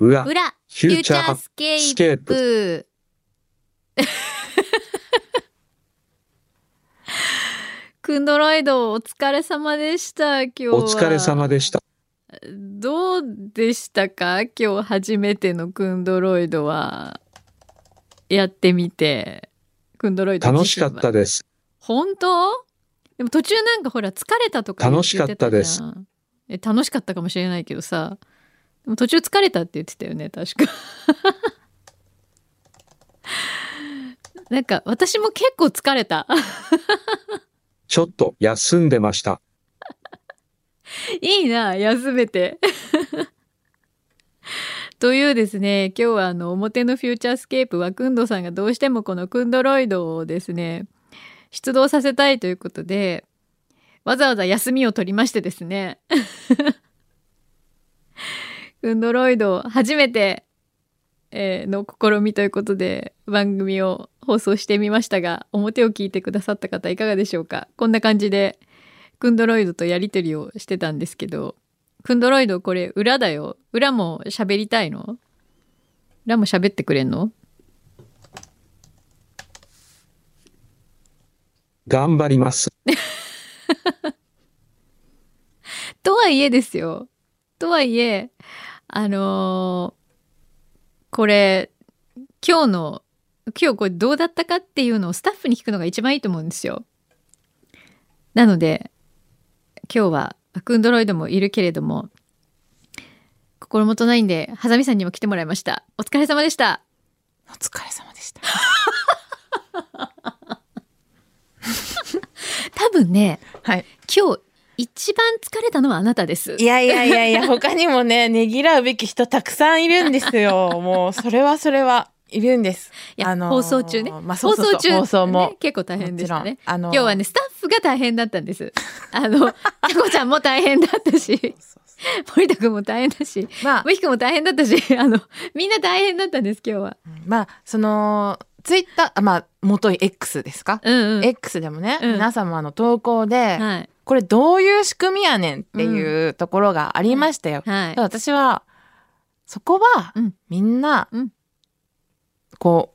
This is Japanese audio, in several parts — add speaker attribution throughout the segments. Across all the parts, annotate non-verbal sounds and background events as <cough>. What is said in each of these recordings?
Speaker 1: 裏、フ
Speaker 2: 裏、フ
Speaker 1: ュ
Speaker 2: ュ
Speaker 1: ー
Speaker 2: ー
Speaker 1: チ
Speaker 2: チ
Speaker 1: ャ
Speaker 2: ャ
Speaker 1: ー
Speaker 2: ー
Speaker 1: ス
Speaker 2: ス
Speaker 1: ケ
Speaker 2: ケ
Speaker 1: ープ。
Speaker 2: ープ。クンドロイドお疲れ様でした、今日は。
Speaker 1: お疲れ様でした。
Speaker 2: どうでしたか今日初めてのクンドロイドは。やってみて。クンドロイド
Speaker 1: 楽しかっ
Speaker 2: 自身は
Speaker 1: たです。
Speaker 2: 本当でも途中なんかほら疲れたとか言てたじゃん
Speaker 1: 楽しかったです
Speaker 2: え楽しかったかもしれないけどさでも途中疲れたって言ってたよね確
Speaker 1: <laughs>
Speaker 2: かなんか私も結構疲れた
Speaker 1: ちょっと休んでました。
Speaker 2: <laughs> いいな休めて <laughs> というですね今日はあの表のフューチャースケープはくんどさんがどうしてもこのクンドロイドをですね出動させたいということでわざわざ休みを取りましてですね <laughs> クンドロイド初めて、えーの試みということで番組を放送してみましたが表を聞いてくださった方いかがでしょうかこんな感じでクンドロイドとやり取りをしてたんですけどクンドロイドこれ裏だよ裏も喋りたいの裏も喋ってくれんの
Speaker 1: 頑張ります。
Speaker 2: とはいえですよ。とはいえ、あのーこれ、今日の、今日これどうだったかっていうのをスタッフに聞くのが一番いいと思うんですよ。なので、今日は、クンドロイドもいるけれども、心もとないんで、ハザミさんにも来てもらいました。お疲れ様でした。
Speaker 3: お疲れ様でした。
Speaker 2: 多分ね、
Speaker 3: はい。
Speaker 2: 今日一番疲れたのはあなたです。
Speaker 3: いやいやいやいや、他に
Speaker 2: <laughs>
Speaker 3: もね、ねぎらうべき人たくさんいるんですよ。もう、それはそれは、いるんです。
Speaker 2: いや
Speaker 3: あのー
Speaker 2: 放送中ね、
Speaker 3: まあそうそうそう
Speaker 2: 放送中、
Speaker 3: 放送も
Speaker 2: ね結構大変でした
Speaker 3: もちろ
Speaker 2: ね
Speaker 3: ん、あのー
Speaker 2: 今日はねスタッフが大変だったんですあのタコちゃんも大変だったし <laughs>
Speaker 3: そうそ
Speaker 2: 森田君も大変だし
Speaker 3: うまあ
Speaker 2: ム、ヒ君も大変だったしあのみんな大変だったんです今日は
Speaker 3: まあ、その、ツイッターあ、まあ、元い X ですか、
Speaker 2: うんうん
Speaker 3: X でもね、
Speaker 2: うん
Speaker 3: 皆様の投稿で、
Speaker 2: はい
Speaker 3: これどういう仕組みやねんっていうところがありましたよ。
Speaker 2: はい
Speaker 3: ただ私は、そこは
Speaker 2: うん、
Speaker 3: みんな、
Speaker 2: うん
Speaker 3: こ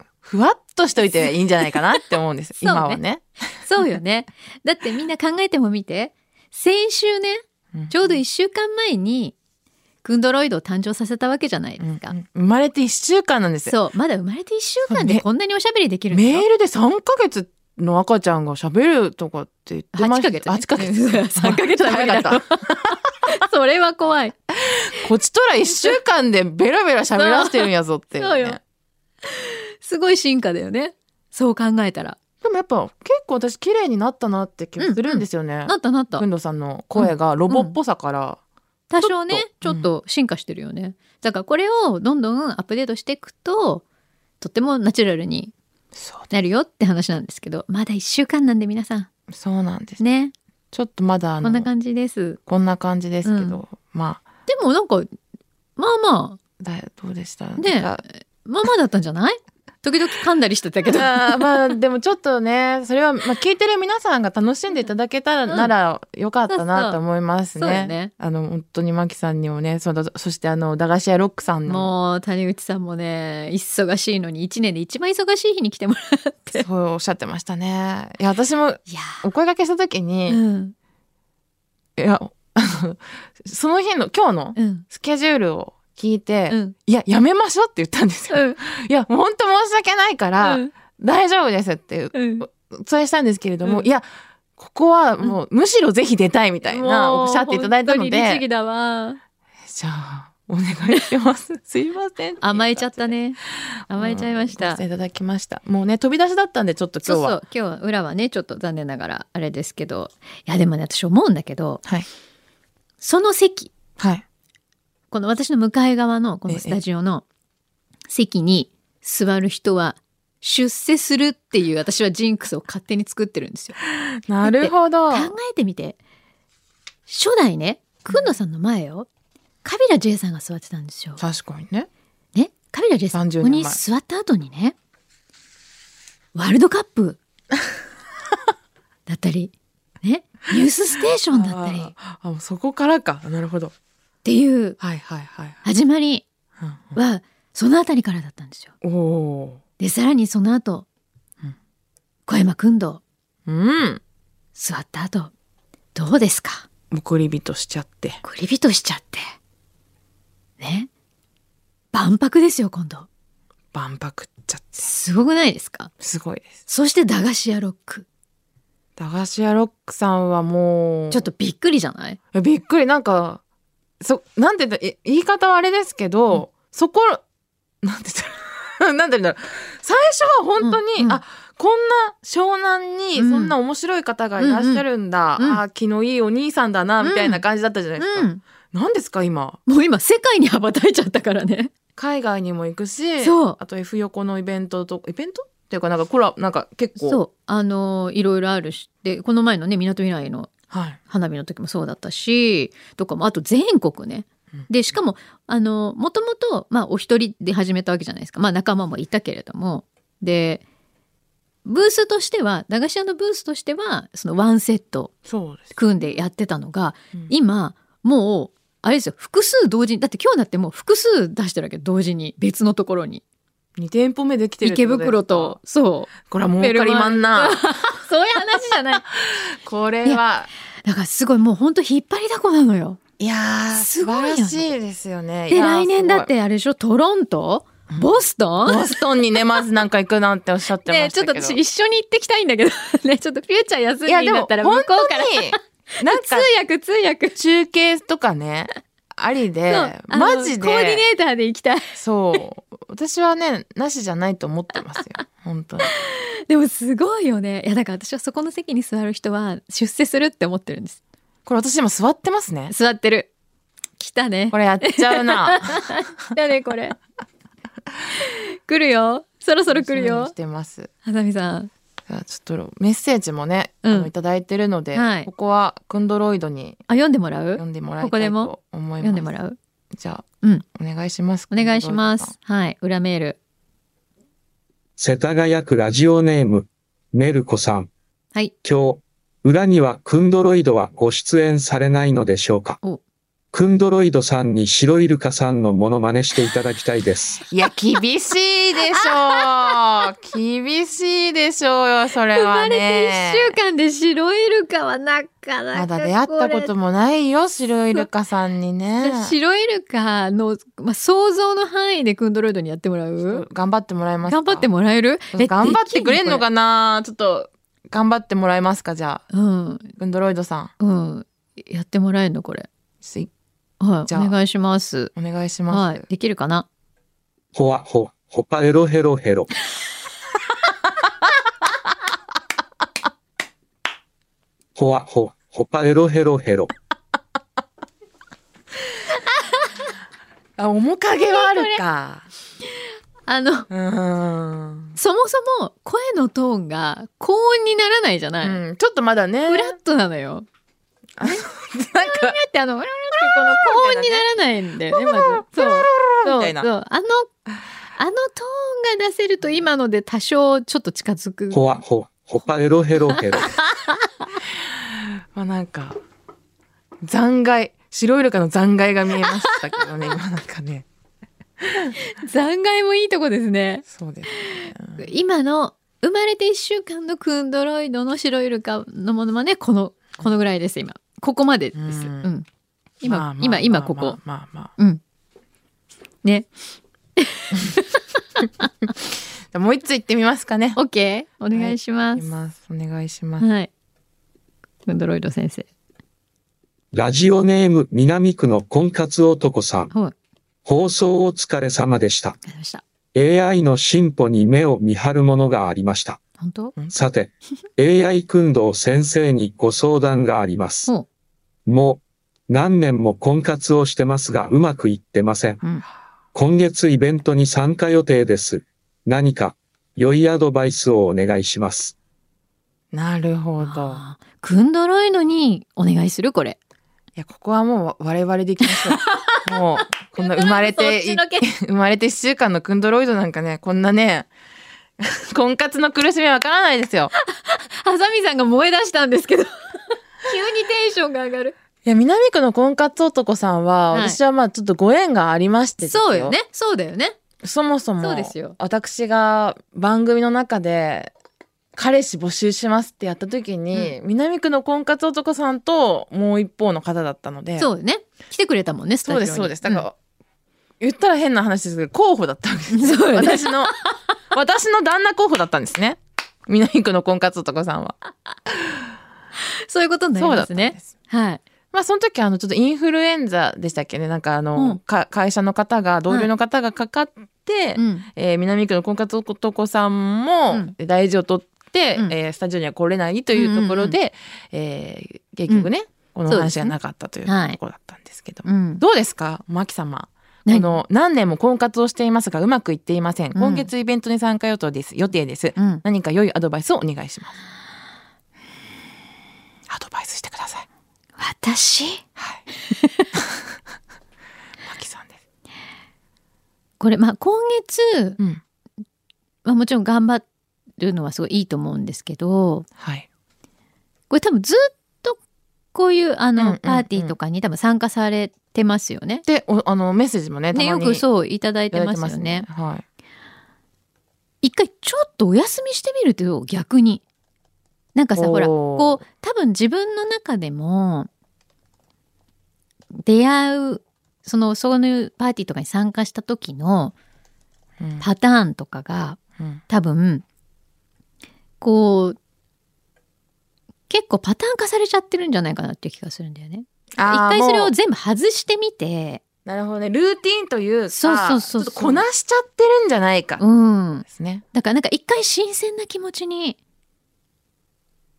Speaker 3: う、ふわっとしといていいんじゃないかなって思うんです。
Speaker 2: <laughs> そうね
Speaker 3: 今はね。
Speaker 2: そうよねだってみんな考えてもみて先週ね
Speaker 3: うん
Speaker 2: ちょうど1週間前にクンドロイドを誕生させたわけじゃないですか、
Speaker 3: うんうん生まれて1週間なんですよ。
Speaker 2: そうまだ生まれて1週
Speaker 3: そう
Speaker 2: 間で
Speaker 3: ね
Speaker 2: こんなにおしゃべりできるの
Speaker 3: メールで3ヶ月の赤ちゃんが喋るとかって言って
Speaker 2: 8
Speaker 3: まし
Speaker 2: ヶ
Speaker 3: た
Speaker 2: 月、
Speaker 3: 8
Speaker 2: <laughs>
Speaker 3: ヶ月。
Speaker 2: 3ヶ月
Speaker 3: <laughs>
Speaker 2: は無理だろ
Speaker 3: 早かっ
Speaker 2: <laughs> それは怖い。
Speaker 3: たこっちとら1週間でベラベラ喋らせてるんやぞっていう、ね。
Speaker 2: そうよすごい進化だよね。そう考えたら。
Speaker 3: でもやっぱ結構私綺麗になったなって気がするんですよね。
Speaker 2: なったなった
Speaker 3: く。んどさんの声がロボっぽさから、
Speaker 2: 多少ね、ち
Speaker 3: ちょ
Speaker 2: ょ
Speaker 3: っと
Speaker 2: っと進化してるよね。だからこれをどんどんアップデートしていくと、とってもナチュラルに
Speaker 3: そ
Speaker 2: なるよって話なんですけど、まだ1週間なんで皆さん。
Speaker 3: うそうなんです。
Speaker 2: ね。
Speaker 3: ちょっとまだあ
Speaker 2: こ
Speaker 3: の
Speaker 2: んな感じです。
Speaker 3: こんな感じですけど、まあ
Speaker 2: でもなんか、まあまあ、
Speaker 3: だどうでした
Speaker 2: ね
Speaker 3: なんか <laughs>
Speaker 2: まあまあだったんじゃない時々噛んだりしてたけど。
Speaker 3: あーまあでもちょっとねそれは、まあ、聞いてる皆さんが楽しんでいただけたら、
Speaker 2: うん
Speaker 3: ならよかった
Speaker 2: そうそ
Speaker 3: な
Speaker 2: う
Speaker 3: と思います
Speaker 2: そうよ
Speaker 3: ね。
Speaker 2: ね。
Speaker 3: あの本当にマキさんにもねそのそしてあの駄菓子屋ロックさんの
Speaker 2: もう谷口さんもね、忙しいのに1年で一番忙しい日に来てもらって。
Speaker 3: そうおっしゃってましたね。いや私
Speaker 2: い
Speaker 3: も
Speaker 2: や
Speaker 3: お声掛けした時に、
Speaker 2: ー。うん。
Speaker 3: いやあのその日の今日の
Speaker 2: うん。
Speaker 3: スケジュールを聞いて、
Speaker 2: うん。
Speaker 3: いややめましょうって言ったんですよ。いや本当申し訳ないから、
Speaker 2: うん
Speaker 3: 大丈夫ですって
Speaker 2: うん。
Speaker 3: お伝えしたんですけれども、
Speaker 2: うん
Speaker 3: いやここはもう、むしろぜひ出たいみたいなおっしゃっていただいたの
Speaker 2: もう本当に律
Speaker 3: で
Speaker 2: 儀だわ。
Speaker 3: じゃあお願いします <laughs> すいません
Speaker 2: 甘えちゃった
Speaker 3: ね
Speaker 2: ね。甘えちゃいました。
Speaker 3: いただきましたもうね飛び出しだったんでちょっと
Speaker 2: そ
Speaker 3: 今
Speaker 2: う
Speaker 3: 日は
Speaker 2: そう今日は裏はねちょっと残念ながらあれですけどいやでもね私思うんだけど
Speaker 3: はい
Speaker 2: その席
Speaker 3: はい
Speaker 2: この私の向かい側のこ
Speaker 3: え
Speaker 2: の
Speaker 3: え
Speaker 2: スタジオの席に座る人は出世するっていう私はジンクスを勝手に作ってるんですよ。
Speaker 3: なるほど
Speaker 2: 考えてみて初代ねくんのさんの前よカビラ J さんが座ってたんですよ。
Speaker 3: 確かにね
Speaker 2: ね、カビラジェスこ
Speaker 3: 30
Speaker 2: こに
Speaker 3: 年
Speaker 2: 座
Speaker 3: 前
Speaker 2: った後にね、ワールドカップだったり、ね、ニュースステーションだったり、
Speaker 3: あーあそこからかなるほど
Speaker 2: っていう
Speaker 3: はいはいはい
Speaker 2: 始まり
Speaker 3: はい
Speaker 2: はそのあたりからだったんですよ。
Speaker 3: うんうん。おお。
Speaker 2: でさらにその後、
Speaker 3: うん
Speaker 2: 小山君と
Speaker 3: うん。
Speaker 2: 座った後どうですか
Speaker 3: もう恋人しちゃって。
Speaker 2: 恋人しちゃってね万博ですよ今度
Speaker 3: 万博っちゃって。
Speaker 2: すごくないですか
Speaker 3: すごいです。
Speaker 2: そして駄菓子屋ロック
Speaker 3: 駄菓子屋ロックさんはもう。
Speaker 2: ちょっとびっくりじゃない
Speaker 3: えびっくりなんかそなんて言ったえ言い方はあれですけど、そこなんて言ったら <laughs> なんて言うんだろう最初は本当に、
Speaker 2: うんうん
Speaker 3: あこんな湘南に
Speaker 2: うん
Speaker 3: そんな面白い方がいらっしゃるんだ、
Speaker 2: うんうん
Speaker 3: あ気のいいお兄さんだな、みたいな感じだったじゃないですか。
Speaker 2: うん
Speaker 3: なんですか今
Speaker 2: もう今世界に羽ばたいちゃったからね
Speaker 3: 海外にも行くし
Speaker 2: そう
Speaker 3: あと F 横のイベントとイベントっていうかなんかコラなんか結構
Speaker 2: そうあのいろいろあるしでこの前のねみなとみらいの
Speaker 3: はい
Speaker 2: 花火の時もそうだったしとかもあと全国ね
Speaker 3: うん
Speaker 2: でしかもあのもともと、まあ、お一人で始めたわけじゃないですか、まあ、仲間もいたけれどもでブースとしては駄菓子屋のブースとしてはそのワンセット
Speaker 3: そうです、
Speaker 2: 組んでやってたのが
Speaker 3: うん
Speaker 2: 今もうあれですよ複数同時にだって今日だってもう複数出してるわけ同時に別のところに
Speaker 3: 二店舗目できてるって
Speaker 2: 池
Speaker 3: ことですか
Speaker 2: 袋とそう
Speaker 3: これは儲かりまんな
Speaker 2: そういう話じゃない
Speaker 3: これは
Speaker 2: だからすごいもうほんと引っ張りだこなのよ
Speaker 3: いやー
Speaker 2: す
Speaker 3: 素
Speaker 2: ごいよ
Speaker 3: 晴
Speaker 2: ね
Speaker 3: らしいですよね。い
Speaker 2: で
Speaker 3: やー
Speaker 2: 来年だっ。てあれでしょトロント
Speaker 3: うん
Speaker 2: ボスト
Speaker 3: すごい
Speaker 2: ン
Speaker 3: ボストンにねまずなんか行くなんておっしゃってま
Speaker 2: ね
Speaker 3: し
Speaker 2: ちょ
Speaker 3: た
Speaker 2: っと
Speaker 3: けど。
Speaker 2: 私一緒に行ってきたいんだけど <laughs> ねちょっとフューチャー休
Speaker 3: いや
Speaker 2: み
Speaker 3: で
Speaker 2: だっ
Speaker 3: も
Speaker 2: たら向こ
Speaker 3: 本
Speaker 2: う
Speaker 3: 当
Speaker 2: から
Speaker 3: になん
Speaker 2: 通
Speaker 3: か
Speaker 2: 訳通訳
Speaker 3: 中継とかねあり
Speaker 2: そう
Speaker 3: で
Speaker 2: あの
Speaker 3: マジ
Speaker 2: コーディネ
Speaker 3: で
Speaker 2: ーターで行きたい <laughs>
Speaker 3: そう私はねなしじゃないと思ってますよ本当に。
Speaker 2: でもすごいよねいやだから私はそこの席に座る人は出世するって思ってるんです
Speaker 3: これ私今座ってますね。
Speaker 2: 座ってる来たね
Speaker 3: これやっちゃうな。
Speaker 2: 来たねこ
Speaker 3: <laughs>
Speaker 2: れ来るよそ <laughs> ろそろ来る
Speaker 3: 楽しみに
Speaker 2: よ
Speaker 3: してます。
Speaker 2: 花見さん
Speaker 3: じゃあちょっとメッセージもね、
Speaker 2: うん
Speaker 3: あのいただいてるので、
Speaker 2: はい
Speaker 3: ここはクンドロイドに
Speaker 2: あ読んでもらう
Speaker 3: 読んでもら
Speaker 2: こ
Speaker 3: い
Speaker 2: こ
Speaker 3: た
Speaker 2: で
Speaker 3: い
Speaker 2: も
Speaker 3: と思います。
Speaker 2: 読んでもらう
Speaker 3: じゃあ、
Speaker 2: うん
Speaker 3: お願いします。
Speaker 2: お願いしますはい裏メール
Speaker 1: 世田谷区ラジオネーム、ねるこさん。
Speaker 2: はい
Speaker 1: 今日、裏にはクンドロイドはご出演されないのでしょうか
Speaker 2: お
Speaker 1: クンドロイドさんに白イルカさんのモノマネしていただきたいです。
Speaker 3: いや、厳しいでし
Speaker 2: <laughs>
Speaker 3: ょう。厳しいでしょうよ、それ
Speaker 2: 生
Speaker 3: は
Speaker 2: まれて
Speaker 3: ね。
Speaker 2: 1週間で白イルカはなかなか
Speaker 3: まだ出会ったこともないよ、白イルカさんにね。
Speaker 2: 白イルカの、まあ、想像の範囲でクンドロイドにやってもら
Speaker 3: ちょっ
Speaker 2: う
Speaker 3: と頑張ってもらえますか
Speaker 2: 頑張ってもらえる
Speaker 3: ちょっと頑張ってくれんのかなちょっと、頑張ってもらえますかじゃあ、
Speaker 2: なうん
Speaker 3: グンドロイドさん。
Speaker 2: うんやってもらえるのこれ
Speaker 3: すい
Speaker 2: はい
Speaker 3: じゃあ
Speaker 2: お願いします
Speaker 3: お願いしま
Speaker 2: は
Speaker 3: す。
Speaker 2: いできるかな
Speaker 1: ほわほわ、ほぱヘロヘロヘ
Speaker 2: <laughs>
Speaker 1: ロ。ほわほわ、ほぱヘロヘロヘロ。
Speaker 3: あ、面影はあるか。
Speaker 2: あの
Speaker 3: うーん。
Speaker 2: そもそも声のトーンが高音にならないじゃない、
Speaker 3: うん、ちょっとまだね。
Speaker 2: フラットなのよ。
Speaker 3: なんか、
Speaker 2: だってあの、フラってこの高音にならないんだよ
Speaker 3: <laughs>
Speaker 2: ね、まず。そう。
Speaker 3: み
Speaker 2: そ
Speaker 3: た
Speaker 2: う
Speaker 3: いな
Speaker 2: そう。あの、あのトーンが出せると今ので多少ちょっと近づく。
Speaker 1: ほわほわ、ほぱヘロヘロ <laughs> ヘロ。
Speaker 3: まあなんか残骸白イルカの残骸が見えましたけ <laughs> どね今なんかね
Speaker 2: 残骸もいいとこですね。
Speaker 3: そうですね
Speaker 2: 今の生まれて1週間のクンドロイドの白イルカのものまねこのこのぐらいです今ここまでです、う
Speaker 3: うんん
Speaker 2: 今、
Speaker 3: まあまあ
Speaker 2: 今今こ
Speaker 3: まあ
Speaker 2: こ
Speaker 3: まあまあ
Speaker 2: ね
Speaker 3: じゃあもう一つ行ってみますかね
Speaker 2: OK お願いしま
Speaker 3: 行き
Speaker 2: す、
Speaker 3: ますお願いします、
Speaker 2: はいクンドロイド先生
Speaker 1: ラジオネーム南区の婚活男さん。
Speaker 2: はいわか
Speaker 1: 放送お疲れ様でした。
Speaker 2: りました
Speaker 1: AI の進歩に目を見張るものがありました。
Speaker 2: 本当
Speaker 1: さ <laughs> て、AI 訓導先生にご相談があります。
Speaker 2: ほ
Speaker 1: もう、何年も婚活をしてますがうまくいってません。
Speaker 2: う、うん、
Speaker 1: 今月イベントに参加予定です。何か、良いアドバイスをお願いします。
Speaker 3: なるほど
Speaker 2: あークンドロイドにお願いするこれ
Speaker 3: いやここはもう我々で行きましょ <laughs> うもうこんな生まれて
Speaker 2: クンドロイドそっちのけ <laughs>
Speaker 3: 生まれて1週間のクンドロイドなんかねこんなね <laughs> 婚活の苦しみわからないですよ
Speaker 2: ハサミさんが燃え出したんですけど急にテンションが上がる
Speaker 3: <laughs> いや、南区の婚活男さんは、
Speaker 2: はい
Speaker 3: 私はまあちょっとご縁がありましてです
Speaker 2: そうよね。そうだよね。
Speaker 3: そもそも、
Speaker 2: そうですよ
Speaker 3: 私が番組の中で、彼氏募集しますってやった時に、南区の婚活男さんともう一方の方だったので、
Speaker 2: そうよね。来てくれたもんね、スタジ
Speaker 3: そ
Speaker 2: オ
Speaker 3: う
Speaker 2: に。
Speaker 3: です、そうです。だから、言ったら変な話ですけど、候補だったわけです。
Speaker 2: うんそうよね。
Speaker 3: 私の、私の旦那候補だったんですね。南区の婚活男さんは。
Speaker 2: そういうことになり
Speaker 3: そうだ
Speaker 2: ま
Speaker 3: っ
Speaker 2: す
Speaker 3: たんで
Speaker 2: ね。
Speaker 3: す。
Speaker 2: はい。
Speaker 3: まあその時あのちょっとインフルエンザでしたっけねなんかあの、
Speaker 2: うん
Speaker 3: か会社の方が同僚の方がかかって、
Speaker 2: うん。
Speaker 3: えー南区の婚活男さんも
Speaker 2: うん
Speaker 3: 大事を取って、
Speaker 2: うん
Speaker 3: えースタジオには来れないというところで、えー結局ね、この
Speaker 2: そうで
Speaker 3: 話
Speaker 2: す
Speaker 3: が
Speaker 2: ね
Speaker 3: なかったというと
Speaker 2: はい
Speaker 3: ころだったんですけど、
Speaker 2: うん。
Speaker 3: どうですかマキ様こ
Speaker 2: 何
Speaker 3: の何年も婚活をしていますがうまくいっていません
Speaker 2: うん
Speaker 3: 今月イベントに参加予定です予定です、
Speaker 2: うん。
Speaker 3: 何か良いアドバイスをお願いしますアドバイスしてください
Speaker 2: 私
Speaker 3: はい
Speaker 2: <laughs>
Speaker 3: マキさんです
Speaker 2: これ、まあ、今月、
Speaker 3: うん
Speaker 2: まあ、もちろん頑張るのはすごいいいと思うんですけど、
Speaker 3: はい
Speaker 2: これ多分ずっとこういう、あ
Speaker 3: うんうんう
Speaker 2: の、
Speaker 3: ん
Speaker 2: パーティーとかに多分参加されてますよね。
Speaker 3: でおあのメッセージもねたま
Speaker 2: ね、
Speaker 3: に
Speaker 2: よくそういただい
Speaker 3: い
Speaker 2: て
Speaker 3: ただ
Speaker 2: ま
Speaker 3: いて
Speaker 2: すよね。
Speaker 3: はい
Speaker 2: 一回ちょっとお休みしてみると逆に。なんかさ、ほら、
Speaker 3: おー
Speaker 2: こう、多分自分の中でも、出会う、その、そういうパーティーとかに参加した時の
Speaker 3: うん
Speaker 2: パターンとかが、
Speaker 3: うん
Speaker 2: 多分、こう、結構パターン化されちゃってるんじゃないかなっていう気がするんだよね。一
Speaker 3: あー
Speaker 2: 回それ
Speaker 3: も
Speaker 2: を
Speaker 3: う
Speaker 2: 全部外してみて、
Speaker 3: なるほどねルーティンというか
Speaker 2: そうそうそうそう
Speaker 3: ちょっとこなしちゃってるんじゃないか、
Speaker 2: うん。
Speaker 3: ですね
Speaker 2: だからなんか一回新鮮な気持ちに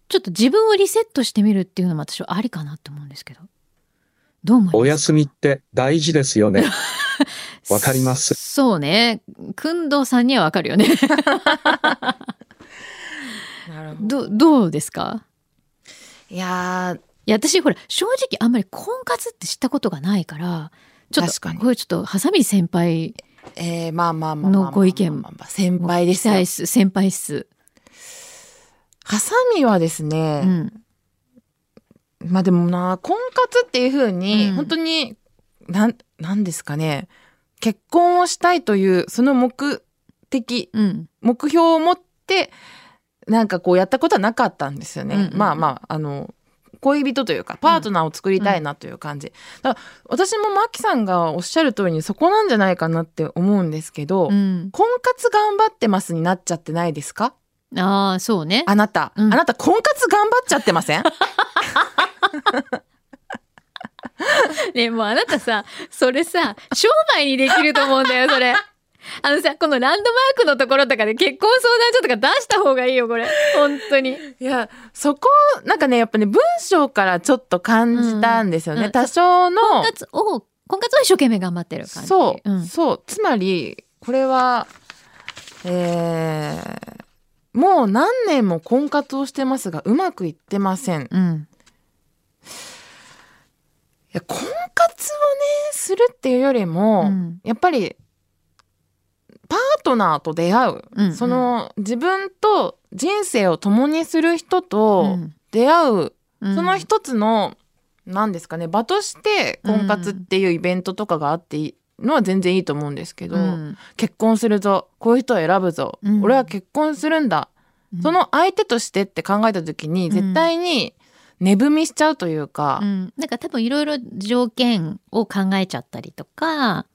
Speaker 2: ちょっと自分をリセットしてみるっていうのも私はありかなと思うんですけどどう思いますか
Speaker 1: お休みって大事ですよね。わかります
Speaker 2: そうねくんどうさんにはわかるよね
Speaker 3: なるほど
Speaker 2: どどうですか
Speaker 3: いや
Speaker 2: いや私ほら正直あんまり婚活って知ったことがないからちょっ
Speaker 3: 確か
Speaker 2: と
Speaker 3: に
Speaker 2: これちょっとハサミ先輩
Speaker 3: ーえーまあまあまあまあま
Speaker 2: の
Speaker 3: あまあまあ
Speaker 2: ご意見
Speaker 3: まあまあ先輩ですよ
Speaker 2: 先輩っす先輩っす、
Speaker 3: ハサミはです
Speaker 2: う
Speaker 3: ね、
Speaker 2: ん、
Speaker 3: まあでもな、婚活っていうふうに、
Speaker 2: うん
Speaker 3: 本当に、なん、なんですかね、結婚をしたいという、その目的、
Speaker 2: うん
Speaker 3: 目標を持って、なんかこうやったことはなかったんですよね。
Speaker 2: うんうんうん
Speaker 3: まあまあ、あの、恋人というか、パートナーを作りたいなという感じ。だから、私もマキさんがおっしゃる通りにそこなんじゃないかなって思うんですけど、
Speaker 2: うん
Speaker 3: 婚活頑張ってますになっちゃってないですか
Speaker 2: ああそうね
Speaker 3: あなた、
Speaker 2: うん
Speaker 3: あなた婚活頑張っちゃってま
Speaker 2: <laughs>
Speaker 3: せ
Speaker 2: <laughs>
Speaker 3: ん
Speaker 2: ねえもうあなたさ、それさ、商売にできると思うんだよ、それ。あのさ、このランドマークのところとかで結婚相談所とか出した方がいいよ、これ。本当に。
Speaker 3: いやそこなんかねやっぱね文章からちょっと感じたんですよね、
Speaker 2: うんうん
Speaker 3: 多少の
Speaker 2: 婚活を、婚活を一生懸命頑張ってる感じ。
Speaker 3: そう、
Speaker 2: うん。
Speaker 3: そうつまりこれはえーもう何年も婚活をしてますがうまくいってませんい
Speaker 2: うん。
Speaker 3: や婚活をねするっていうよりも、
Speaker 2: うん
Speaker 3: やっぱりパートナーと出会う、
Speaker 2: うん
Speaker 3: その自分と人生を共にする人と
Speaker 2: うん
Speaker 3: 出会う
Speaker 2: うん
Speaker 3: その一つの何ですかね場として婚活っていうイベントとかがあっていいのは全然いいと思うんですけど、
Speaker 2: うん
Speaker 3: 結婚するぞこういう人を選ぶぞ、
Speaker 2: うん
Speaker 3: 俺は結婚するんだ、その相手としてって考えた時に
Speaker 2: うん
Speaker 3: 絶対に値踏みしちゃうというか、
Speaker 2: うん、なんか多分いろいろ条件を考えちゃったりとか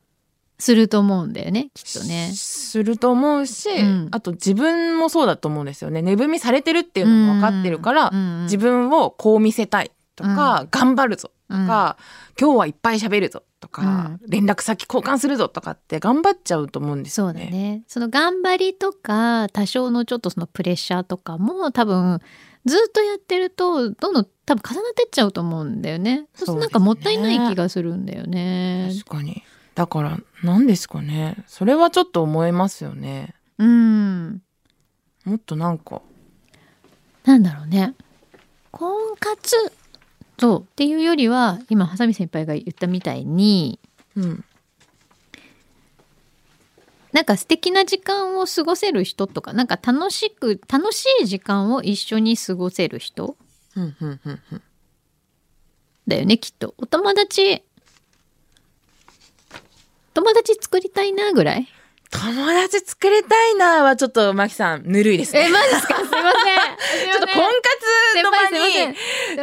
Speaker 2: すると思うんだよねきっとね。
Speaker 3: すると思うし、
Speaker 2: うん
Speaker 3: あと自分もそうだと思うんですよね値踏みされてるっていうのも分かってるから、
Speaker 2: うん
Speaker 3: 自分をこう見せたいとか、頑張るぞとか、今日はいっぱい喋るぞとか、連絡先交換するぞとかって頑張っちゃうと思うんです
Speaker 2: そ
Speaker 3: よ
Speaker 2: うだ
Speaker 3: ね。
Speaker 2: ね。その頑張りとか多少のちょっとそのプレッシャーとかも多分ずっとやってるとどんどん多分重なってっちゃうと思うんだよね。そうするとなんかもったいない気がするんだよね。
Speaker 3: 確かに。だから何ですかね。それはちょっと思いますよね。
Speaker 2: うん。
Speaker 3: もっとなんか。
Speaker 2: なんだろうね。婚活そうっていうよりは今ハサミ先輩が言ったみたいに
Speaker 3: うん。
Speaker 2: なんか素敵な時間を過ごせる人とかなんか楽しく楽しい時間を一緒に過ごせる人
Speaker 3: うんうんうんうん。
Speaker 2: だよねきっとお友達友達作りたいなぐらい
Speaker 3: 友達作りたいなはちょっとマキさんぬるいですね。
Speaker 2: マジですかすいません <laughs>
Speaker 3: ちょっと婚活の場に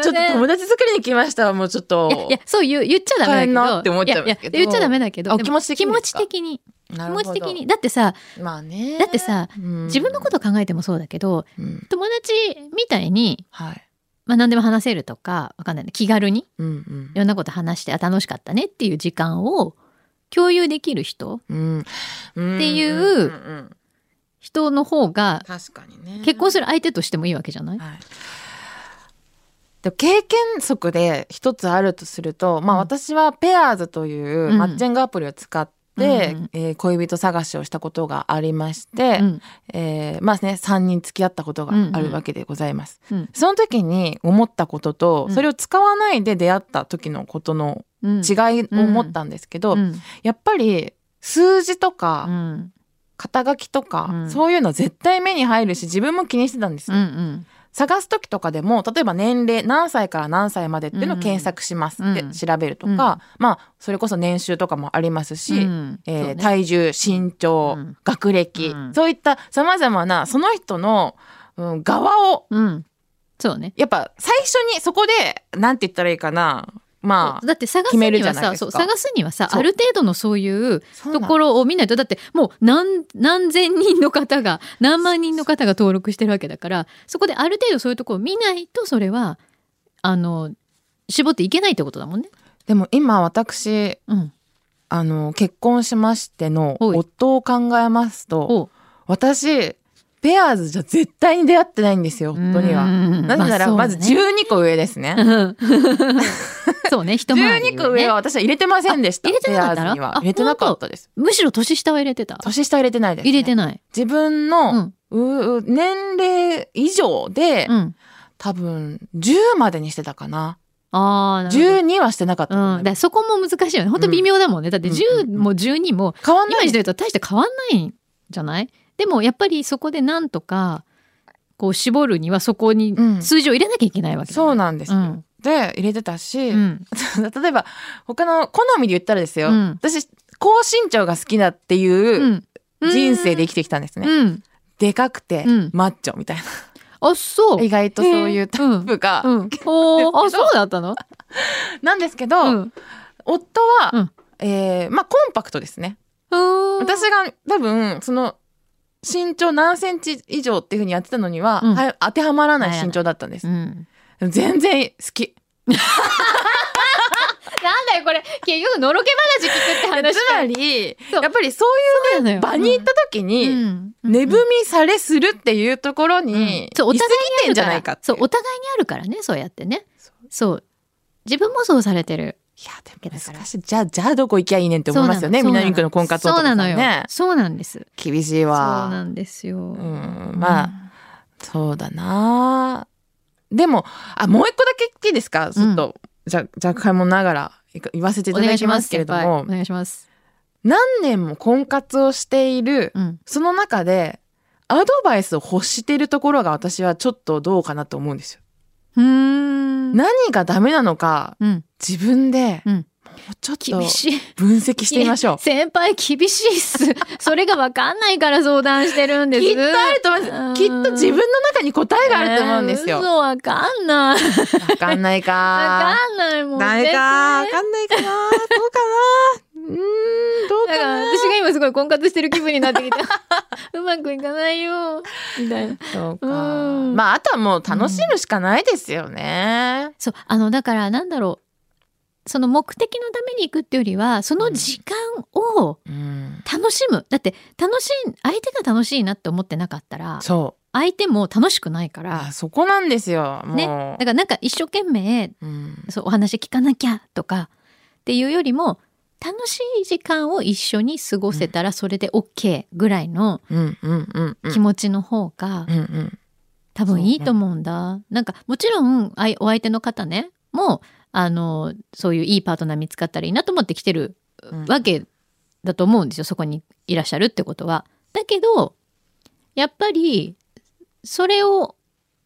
Speaker 3: ちょっと友達作りに来ましたはもうちょっと
Speaker 2: いやいやそう言う言っちゃダメだけど
Speaker 3: 変えんなって思っちゃうんですけど
Speaker 2: いやいや言っちゃダメだけど
Speaker 3: あ
Speaker 2: でも
Speaker 3: 気持ち的に
Speaker 2: 気持ち的に
Speaker 3: ですかな
Speaker 2: 気
Speaker 3: るほ
Speaker 2: 持ち
Speaker 3: ど
Speaker 2: 的にだってさ
Speaker 3: まあね、
Speaker 2: だってさ、自分のことと考えてもそうだけど
Speaker 3: うん
Speaker 2: 友達みたいに、
Speaker 3: はい
Speaker 2: まあ、何でも話せるとかわかんない気軽に
Speaker 3: うん
Speaker 2: いろんなこと話してあ楽しかったねっていう時間を共有できる人
Speaker 3: うんうん、
Speaker 2: っていうん
Speaker 3: んん
Speaker 2: 人の方が
Speaker 3: 確かにね
Speaker 2: 結婚す
Speaker 3: る、
Speaker 2: る相手としてもいいわけじゃない、
Speaker 3: はい、でも経験則で一つあるとすると、まあ
Speaker 2: うん
Speaker 3: 私はペアーズとい
Speaker 2: う
Speaker 3: う
Speaker 2: ん
Speaker 3: マッチングアプリを使って、
Speaker 2: うんうん
Speaker 3: えー恋人探しをしたことがありまして、
Speaker 2: うん
Speaker 3: えーまあね3人付き合ったことがあるわけでございます、
Speaker 2: うん
Speaker 3: その時に思ったことと、
Speaker 2: うん
Speaker 3: それを使わないで出会った時のことの
Speaker 2: うん、
Speaker 3: 違いを思ったんですけど、
Speaker 2: うん
Speaker 3: やっぱり数字とか、
Speaker 2: うん
Speaker 3: 肩書きとか、
Speaker 2: うん
Speaker 3: そういうのは絶対目に入るし自分も気にしてたんです
Speaker 2: う
Speaker 3: よ、
Speaker 2: ん
Speaker 3: 探す時とかでも例えば年齢何歳から何歳までっていうのを
Speaker 2: うん
Speaker 3: 検索しますって
Speaker 2: うん
Speaker 3: 調べるとか、
Speaker 2: うん
Speaker 3: まあそれこそ年収とかもありますし、
Speaker 2: うん
Speaker 3: えー
Speaker 2: そうね
Speaker 3: 体重身長、
Speaker 2: うん
Speaker 3: 学歴、
Speaker 2: うん
Speaker 3: そういったさまざまなその人の、うん、側を
Speaker 2: うんそうね
Speaker 3: やっぱ最初にそこでなんて言ったらいいかなまあ
Speaker 2: だって探す
Speaker 3: 決める
Speaker 2: に
Speaker 3: じゃ
Speaker 2: は
Speaker 3: ない
Speaker 2: さ
Speaker 3: です
Speaker 2: そう
Speaker 3: か
Speaker 2: 探すにはさ
Speaker 3: そう
Speaker 2: ある程度のそういう
Speaker 3: そうな
Speaker 2: と
Speaker 3: ん
Speaker 2: ころを見ないとだってもう何何千人の方が何万人の方が登録してるわけだからそこである程度そういうところを見ないとそれはあの絞っていけないってことだもんね。
Speaker 3: でも今私
Speaker 2: うん、
Speaker 3: あの結婚しましての
Speaker 2: はい
Speaker 3: 夫を考えますと、
Speaker 2: お
Speaker 3: 私ペアーズじゃ絶対に出会ってないんですよ夫には。なぜならまず
Speaker 2: 十
Speaker 3: 12個上ですね。
Speaker 2: <laughs> そうね一回り
Speaker 3: 12個上
Speaker 2: ね
Speaker 3: は私は入れてませんでした。
Speaker 2: あ入れてなかった
Speaker 3: ペアーズには
Speaker 2: あ
Speaker 3: 入れてなかったです。
Speaker 2: むしろ年下は入れてた
Speaker 3: 年下入れてないです、ね。
Speaker 2: 入れてない。
Speaker 3: 自分
Speaker 2: う
Speaker 3: の、
Speaker 2: ん
Speaker 3: うう年齢以上で、
Speaker 2: うん、
Speaker 3: 多分10までにしてたかな。
Speaker 2: ああなるほど
Speaker 3: 12はしてなかったと
Speaker 2: うん、
Speaker 3: 思
Speaker 2: だか
Speaker 3: います、
Speaker 2: らそこも難しいよね本当微妙だもんね、だって
Speaker 3: うんうん
Speaker 2: 10も12も
Speaker 3: 変わんな
Speaker 2: 今
Speaker 3: い
Speaker 2: にしてると大して変わんないんじゃないでもやっぱりそこでなんとかこう絞るにはそこに
Speaker 3: うん
Speaker 2: 数字を入れなきゃいけないわけだ
Speaker 3: そう
Speaker 2: ね、
Speaker 3: なんですよ。
Speaker 2: うん
Speaker 3: で入れてたし、
Speaker 2: うん
Speaker 3: <laughs> 例えば他の好みで言ったらですよ、
Speaker 2: うん
Speaker 3: 私高身長が好きだっていう人生で生きてきたんですね。
Speaker 2: うん
Speaker 3: でかくて、
Speaker 2: うん
Speaker 3: マッチョみたいな。
Speaker 2: あそう
Speaker 3: 意外とそういうタイプが、
Speaker 2: うん、おー
Speaker 3: <laughs>
Speaker 2: あそうだったの、
Speaker 3: なんですけど、
Speaker 2: うん、
Speaker 3: 夫は、
Speaker 2: うん
Speaker 3: えーまあコンパクトですね。私が多分その身長何センチ以上っていうふうにやってたのには、
Speaker 2: うん
Speaker 3: は当てはまらない身長だったんです
Speaker 2: う。ん
Speaker 3: 全然好き。
Speaker 2: なんだよこれ結局のろけ話聞くって話
Speaker 3: つまり
Speaker 2: そう
Speaker 3: やっぱりそういう場に行った時
Speaker 2: う
Speaker 3: に、
Speaker 2: ん
Speaker 3: 値踏みされするっていうところに、
Speaker 2: そうお互い
Speaker 3: 行き過ぎてんじゃないかって
Speaker 2: そうお互いにあるからねそうやってねそう自分もそうされてる
Speaker 3: いやでも難しいじゃあじゃあどこ行きゃいいねんって思いますよね
Speaker 2: そうなの
Speaker 3: 南区の婚活
Speaker 2: そう
Speaker 3: 男
Speaker 2: な
Speaker 3: さ
Speaker 2: んのよ
Speaker 3: ね
Speaker 2: そうなんです
Speaker 3: 厳しい
Speaker 2: そう
Speaker 3: わ
Speaker 2: なんですよ。
Speaker 3: うんまあそうだなでもあもう一個だけいいですかちょっと、じゃじゃあ買い物ながらいか言わせて
Speaker 2: うん、
Speaker 3: い
Speaker 2: お
Speaker 3: た
Speaker 2: 願
Speaker 3: だ
Speaker 2: い
Speaker 3: き
Speaker 2: し
Speaker 3: ま
Speaker 2: ますす
Speaker 3: け
Speaker 2: けれ
Speaker 3: れど
Speaker 2: ど
Speaker 3: も
Speaker 2: も。お願いします。
Speaker 3: 何年も婚活をしている
Speaker 2: うん、
Speaker 3: その中でアドバイスを欲してるところが私はちょっとどうかなと思うんですよ。
Speaker 2: うーん
Speaker 3: 何がダメなのか
Speaker 2: うん、
Speaker 3: 自分で
Speaker 2: うん
Speaker 3: もうちょっと
Speaker 2: 厳しい。
Speaker 3: 分析してみましょう。
Speaker 2: 先輩厳しいっ
Speaker 3: <laughs>
Speaker 2: す。それがわかんないから相談してるんです。
Speaker 3: きっとあると思います。きっと自分の中に答えがあると思うんです
Speaker 2: えー
Speaker 3: よ。わ、
Speaker 2: 嘘わかんない。わ
Speaker 3: かんないか。
Speaker 2: かんないもん。
Speaker 3: ダメか。わかんないかな。どうかな。うーん、どう
Speaker 2: 絶対
Speaker 3: か
Speaker 2: なんか私が今すごい婚活してる気分になってき <laughs> てうまくいかないよみたいな
Speaker 3: な。そうか。
Speaker 2: うん
Speaker 3: まあ、あとはもう楽しむしかないですよね。
Speaker 2: そうあのだからなんだろうその目的のために行くっていうよりはその時間を、
Speaker 3: うん。
Speaker 2: 楽しむだって楽しい相手が楽しいなって思ってなかったら
Speaker 3: そう。
Speaker 2: 相手も楽しくないか
Speaker 3: あ、
Speaker 2: ら
Speaker 3: そこなんですよ。もう。
Speaker 2: ねだからなんか一生懸命
Speaker 3: うん。
Speaker 2: そうお話聞かなきゃとかっていうよりも楽しい時間を一緒に過ごせたらそれで OK ぐらいの
Speaker 3: うんうんうんうん。
Speaker 2: 気持ちの方が
Speaker 3: うんうん。
Speaker 2: 多分いいと思うんだ。なんかもちろんあいお相手の方ねもうあのそういういいパートナー見つかったらいいなと思って来てる
Speaker 3: うん
Speaker 2: わけだと思うんですよそこにいらっしゃるってことは。だけどやっぱりそれを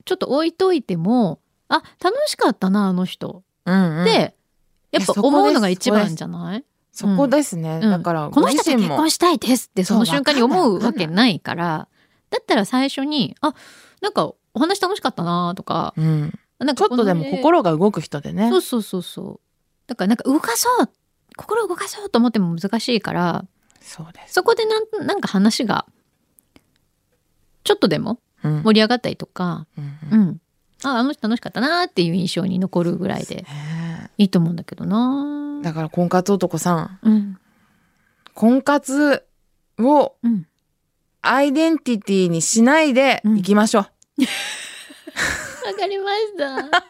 Speaker 2: ちょっと置いといてもあ楽しかったなあの人
Speaker 3: うんうん、
Speaker 2: で、やっ
Speaker 3: いやそ
Speaker 2: ぱ
Speaker 3: こです
Speaker 2: 思うのが一番じゃない
Speaker 3: そこですね、
Speaker 2: うん
Speaker 3: だから
Speaker 2: この人
Speaker 3: ご
Speaker 2: と
Speaker 3: 自身
Speaker 2: 結
Speaker 3: も
Speaker 2: 婚したいですってその
Speaker 3: そう
Speaker 2: 瞬間に思う
Speaker 3: わ
Speaker 2: わ
Speaker 3: かんな
Speaker 2: け
Speaker 3: い
Speaker 2: ないからだったら最初にあなんかお話楽しかったなとか
Speaker 3: うん、
Speaker 2: なん
Speaker 3: ちょ
Speaker 2: か
Speaker 3: っとでも
Speaker 2: このね
Speaker 3: 心が動く人でね
Speaker 2: そうそうそうそうだからなんか動かそう心動かそうと思っても難しいから
Speaker 3: そうです、
Speaker 2: そこでなんなんか話がちょっとでも
Speaker 3: うん
Speaker 2: 盛り上がったりとか、
Speaker 3: うん
Speaker 2: う
Speaker 3: うん
Speaker 2: ん、ああの人楽しかったなっていう印象に残るぐらいで
Speaker 3: ね
Speaker 2: いいと思うんだけどな。
Speaker 3: だから婚活男さん
Speaker 2: うん
Speaker 3: 婚活を
Speaker 2: うん、
Speaker 3: アイデンティティにしないでいきましょう、
Speaker 2: わかりました。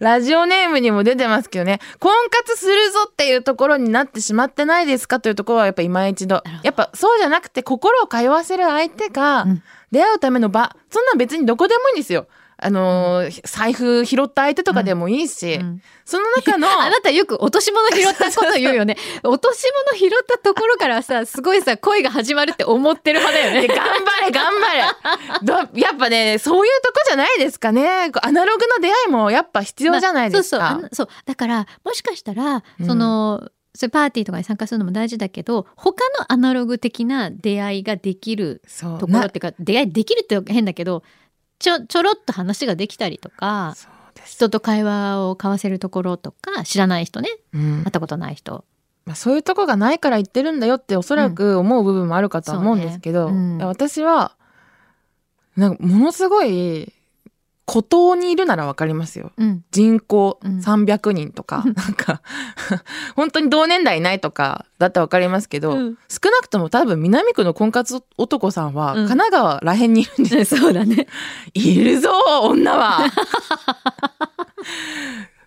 Speaker 3: ラジオネームにも出てますけどね婚活するぞっていうところになってしまってないですかというところはやっぱ今一度
Speaker 2: なるほど
Speaker 3: やっぱそうじゃなくて心を通わせる相手が
Speaker 2: うん
Speaker 3: 出会うための場、そんなん別にどこでもいいんですよ。あのー財布拾った相手とかでもいいし、
Speaker 2: うん
Speaker 3: その中
Speaker 2: <laughs>
Speaker 3: の
Speaker 2: あなたよく落とし物拾ったこと言うよね。落とし物拾ったところからさ、すごいさ、恋が始まるって思ってる派だよ
Speaker 3: で
Speaker 2: ね。
Speaker 3: 頑張れ頑張
Speaker 2: <laughs>
Speaker 3: れどやっぱねそういうとこじゃないですかねアナログの出会いもやっぱ必要じゃないですか、
Speaker 2: まあそうそうあのそうだからもしかしたら、
Speaker 3: うん
Speaker 2: そのそういうパーティーとかに参加するのも大事だけど他のアナログ的な出会いができる
Speaker 3: そう
Speaker 2: ところ
Speaker 3: な
Speaker 2: っていうか出会いできるって変だけどちょちょろっと話ができたりとか
Speaker 3: そうです、
Speaker 2: 人と会話を交わせるところとか知らない人ね
Speaker 3: うん
Speaker 2: 会ったことない人
Speaker 3: まあ、そういうとこがないから言ってるんだよっておそらく思う部分もあるかとは思うんですけど、
Speaker 2: そうねうん
Speaker 3: 私はなんかものすごい孤島にいるならわかりますよ
Speaker 2: うん
Speaker 3: 人口
Speaker 2: うん
Speaker 3: 300人とか、なんか本当に同年代いないとかだってわかりますけど、
Speaker 2: うん
Speaker 3: 少なくとも多分南区の婚活男さんは
Speaker 2: うん
Speaker 3: 神奈川らへんにいるんで
Speaker 2: <laughs>
Speaker 3: す、
Speaker 2: そうだね
Speaker 3: いるぞ
Speaker 2: <laughs>
Speaker 3: 女は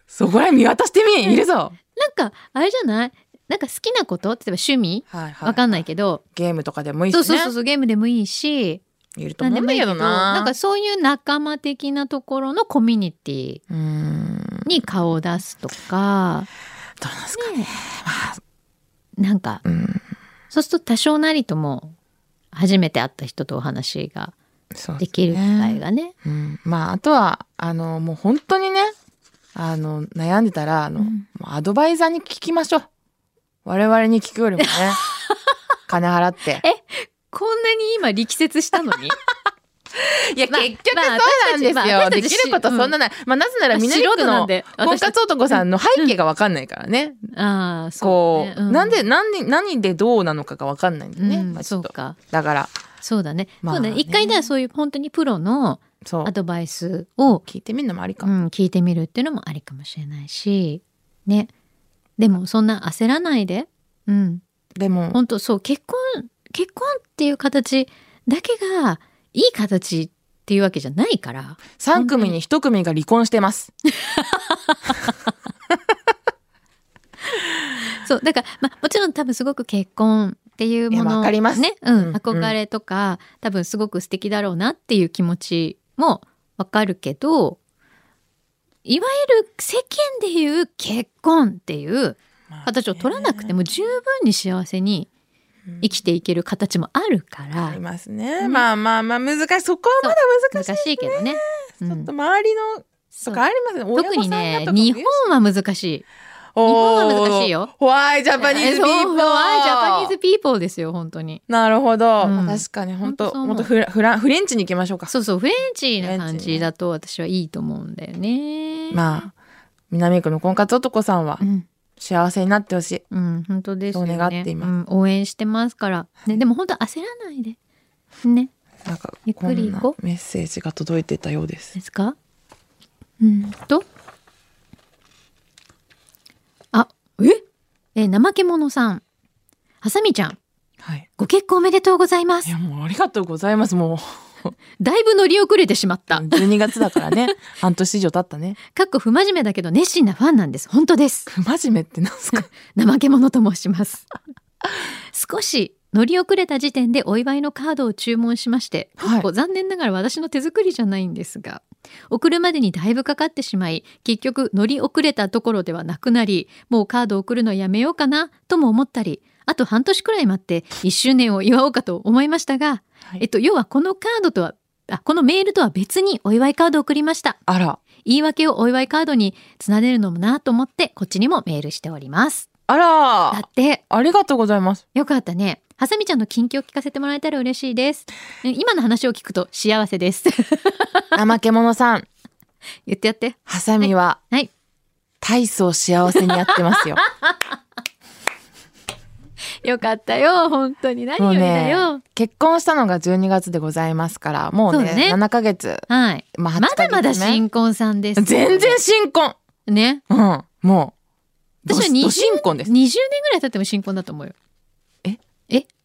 Speaker 3: そこらへん見渡してみいるぞ、
Speaker 2: なんかあれじゃないなんか好きなこと例えば趣味
Speaker 3: はいはい
Speaker 2: わかんないけど、
Speaker 3: ゲームとかでもいいし
Speaker 2: そう
Speaker 3: ね
Speaker 2: そうそうそうゲームでもいいし
Speaker 3: いると
Speaker 2: なん
Speaker 3: 思
Speaker 2: でもい
Speaker 3: うんだ
Speaker 2: い
Speaker 3: け
Speaker 2: け
Speaker 3: ど
Speaker 2: ど
Speaker 3: な。
Speaker 2: なんかそういう仲間的なところのコミュニティ
Speaker 3: うーんどう
Speaker 2: に顔を出すとか、
Speaker 3: なんですかね。
Speaker 2: ねなんか
Speaker 3: うん、
Speaker 2: そうすると多少なりとも初めて会った人とお話が
Speaker 3: そう
Speaker 2: できる機会がね。
Speaker 3: うん、まああとはあのもう本当にね、あの悩んでたらあの、
Speaker 2: うん
Speaker 3: もうアドバイザーに聞きましょう。我々に聞くよりもね、金払って。
Speaker 2: こんなに今力説した <laughs> のに
Speaker 3: いや
Speaker 2: まあ
Speaker 3: 結局
Speaker 2: まあ
Speaker 3: そうなんで
Speaker 2: 私たち
Speaker 3: すよ。
Speaker 2: まあ
Speaker 3: で
Speaker 2: 私たち
Speaker 3: きることそんなない。まあなぜならみんな
Speaker 2: 素人なん
Speaker 3: の
Speaker 2: で
Speaker 3: 婚活男さんの背景がわかんないからね。
Speaker 2: 私ああ
Speaker 3: こ
Speaker 2: そうう、ね、うん
Speaker 3: なんで何何でどうなのかがわかんないんで
Speaker 2: うん
Speaker 3: ね。まあち
Speaker 2: そ
Speaker 3: ょっ
Speaker 2: う
Speaker 3: と
Speaker 2: か
Speaker 3: だから
Speaker 2: そうだね,、
Speaker 3: まあ
Speaker 2: そう
Speaker 3: ね
Speaker 2: だね一回だからそういう本当にプロの
Speaker 3: そう
Speaker 2: アドバイスを、
Speaker 3: 聞いてみるのもありか
Speaker 2: う
Speaker 3: も。
Speaker 2: ん、聞いてみるっていうのもありかもしれないしねでもそんな焦らないで、うん、
Speaker 3: でも
Speaker 2: 本当そう結婚結婚っていう形だけがいい形っていうわけじゃないから
Speaker 3: 3組に1組が離婚してます。
Speaker 2: そうだから、まあ、もちろん多分すごく結婚っていうも
Speaker 3: いや
Speaker 2: の
Speaker 3: わかります
Speaker 2: ね、うん
Speaker 3: うん
Speaker 2: 憧れとか、多分すごく素敵だろうなっていう気持ちもわかるけどいわゆる世間でいう結婚っていう形を取らなくても十分に幸せに生きていける形もあるか
Speaker 3: あ
Speaker 2: ら
Speaker 3: りますね。
Speaker 2: うん
Speaker 3: まあまあまあ難しい。そこはまだ難
Speaker 2: 難
Speaker 3: しい。
Speaker 2: しいけどね。う
Speaker 3: ちょっ
Speaker 2: ん
Speaker 3: と周りの
Speaker 2: そ
Speaker 3: と
Speaker 2: う
Speaker 3: かありますね。
Speaker 2: 特にね日本は難しい。日本は難しいよ。
Speaker 3: ホワイジャパニーズピーポ
Speaker 2: <laughs>
Speaker 3: ー。
Speaker 2: そうジャパニーズピーポーですよ本当に。
Speaker 3: なるほど。
Speaker 2: うん
Speaker 3: 確かに本
Speaker 2: 本当そう
Speaker 3: 当
Speaker 2: 思
Speaker 3: も
Speaker 2: う
Speaker 3: っとフラフランフレンチに行きましょうか。
Speaker 2: そうそうフレンチな感
Speaker 3: フレンチね
Speaker 2: じだと私はいいと思うんだよね。
Speaker 3: まあ南区の婚活男さんは
Speaker 2: うん、
Speaker 3: 幸せになってほしい。
Speaker 2: うん、本当ですよね。
Speaker 3: そう願っています
Speaker 2: うん、応援してますから。ね、でも本当焦らないで。ね、
Speaker 3: なんか
Speaker 2: ゆっ
Speaker 3: こ
Speaker 2: くり
Speaker 3: ん
Speaker 2: 行
Speaker 3: な
Speaker 2: こう
Speaker 3: メッセージが届いてたようです
Speaker 2: で。すか。うんと。あ、え、え、怠け者さん。はさみちゃん、
Speaker 3: はい。
Speaker 2: ご結婚おめでとうございま
Speaker 3: い
Speaker 2: す
Speaker 3: や。もうありがとうございます。もう
Speaker 2: だいぶ乗り遅れてしまった。
Speaker 3: 12月だから
Speaker 2: <laughs>
Speaker 3: ね半年以上経ったね
Speaker 2: かっこ不真面目だけど熱心なファンなんです。本当です。
Speaker 3: 不真面目ってなん
Speaker 2: <laughs>
Speaker 3: すか
Speaker 2: 怠け者と申します少し乗り遅れた時点でお祝いのカードを注文しまして、
Speaker 3: はい
Speaker 2: かっこ残念ながら私の手作りじゃないんですが送るまでにだいぶかかってしまい結局乗り遅れたところではなくなりもうカードを送るのやめようかなとも思ったりあと半年くらい待って1周年を祝おうかと思いましたが、
Speaker 3: はい
Speaker 2: えっと、要はこのカードとはあこのメールとは別にお祝いカードを送りました
Speaker 3: あら
Speaker 2: 言い訳をお祝いカードにつなでるのもなと思ってこっちにもメールしております。
Speaker 3: あ
Speaker 2: だ
Speaker 3: ら
Speaker 2: って
Speaker 3: ありがとうございます
Speaker 2: よかったね。はさみちゃんの近況を聞かせてもらえたら嬉しいです。ね今の話を聞くと幸せです。 <laughs>
Speaker 3: 怠け者さん
Speaker 2: 言ってやって。
Speaker 3: ハサミは
Speaker 2: はいはい
Speaker 3: 体操幸せにやってますよ
Speaker 2: よかったよ。本当に <laughs> 何よりだよ。
Speaker 3: 結婚したのが12月でございますからもう
Speaker 2: そ
Speaker 3: ね
Speaker 2: うね
Speaker 3: 7ヶ月
Speaker 2: はい。
Speaker 3: まあ8
Speaker 2: ま
Speaker 3: ヶ月ね
Speaker 2: だまだ新婚さんです。
Speaker 3: 全然新婚
Speaker 2: ね。
Speaker 3: うんもう
Speaker 2: 私は
Speaker 3: ど
Speaker 2: 20
Speaker 3: ど新婚です
Speaker 2: 20年ぐらい経っても新婚だと思うよ。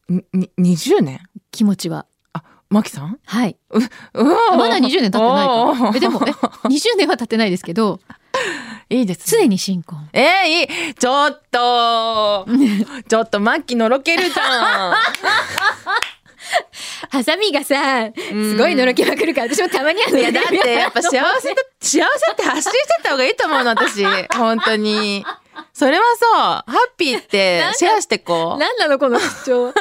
Speaker 3: にに20年
Speaker 2: 気持ちは。
Speaker 3: マキさん
Speaker 2: はい。
Speaker 3: うわ
Speaker 2: まだ20年経ってない
Speaker 3: お
Speaker 2: か。
Speaker 3: ー
Speaker 2: えでも、え、20年は経ってないですけど、
Speaker 3: <laughs> いいです
Speaker 2: す
Speaker 3: ね
Speaker 2: でに新婚。
Speaker 3: えー、いいちょっ <laughs> とちょっとマッキーのろけるじゃん
Speaker 2: ハサミがさ、
Speaker 3: うん
Speaker 2: すごいのろけまくるから、私もたまにあるの
Speaker 3: <laughs> いやだ
Speaker 2: <laughs>
Speaker 3: ってやっぱ幸せだ <laughs> 幸せって発信してった方がいいと思うの <laughs> 私本当にそれはそうハッピーってシェアしてこう
Speaker 2: 何なのこの主張は。 <laughs>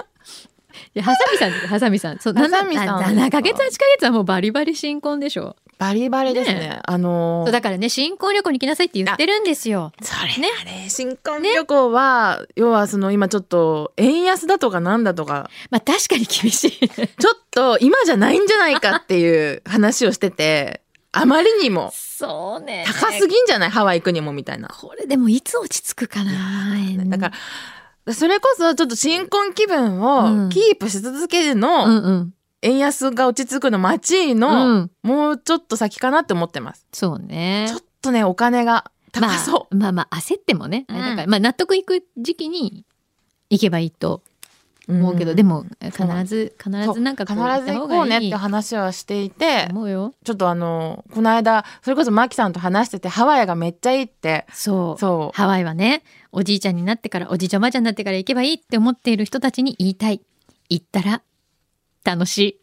Speaker 2: いや、ハサミさんですハサミさん。そう、
Speaker 3: ハサミさん
Speaker 2: 7、7ヶ月、8ヶ月はもうバリバリ新婚でしょ。
Speaker 3: バリバリですね
Speaker 2: ね
Speaker 3: あの
Speaker 2: そう
Speaker 3: ー
Speaker 2: だからね、新婚旅行に行きなさいって言ってるんですよ。
Speaker 3: それねあれ新婚旅行は、要はその今ちょっと円安だとかなんだとか
Speaker 2: まあ確かに厳しい。
Speaker 3: ちょっと今じゃないんじゃないかっていう話をしててあまりにも
Speaker 2: そうね
Speaker 3: 高すぎんじゃないハワイ行くにもみたいな
Speaker 2: これでもいつ落ち着くかな。
Speaker 3: だからそれこそちょっと新婚気分をキープし続けるの、
Speaker 2: うんうん。
Speaker 3: 円安が落ち着くの待ちの、
Speaker 2: うん。
Speaker 3: もうちょっと先かなって思ってます。
Speaker 2: そうね
Speaker 3: ちょ。っとね、お金が高そう。
Speaker 2: まあ、まあまあ焦ってもね、
Speaker 3: うん
Speaker 2: だからまあ納得いく時期に行けばいいと思うけど、
Speaker 3: ん
Speaker 2: でも必
Speaker 3: そうな
Speaker 2: ず必ずなんかこ
Speaker 3: 必
Speaker 2: う行っ
Speaker 3: ず
Speaker 2: た
Speaker 3: 行
Speaker 2: 方
Speaker 3: こう
Speaker 2: が
Speaker 3: ねっ
Speaker 2: いい
Speaker 3: て話はしていて
Speaker 2: と、思うよ。
Speaker 3: ちょっとあの、この間、それこそマキさんと話してて、ハワイがめっちゃいいって、
Speaker 2: そう
Speaker 3: そ
Speaker 2: ハワイはねおじいちゃんになってからおじいちゃんおばあちゃんになってから行けばいいって思っている人たちに言いたい行ったら楽しい。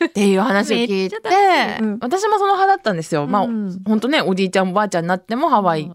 Speaker 3: う、っていう話を聞いて
Speaker 2: <laughs> めっちゃ楽しいうん、
Speaker 3: 私もその派だったんですよ。まあ、
Speaker 2: うん
Speaker 3: ほんとね、おじいちゃんおばあちゃんになってもハワイ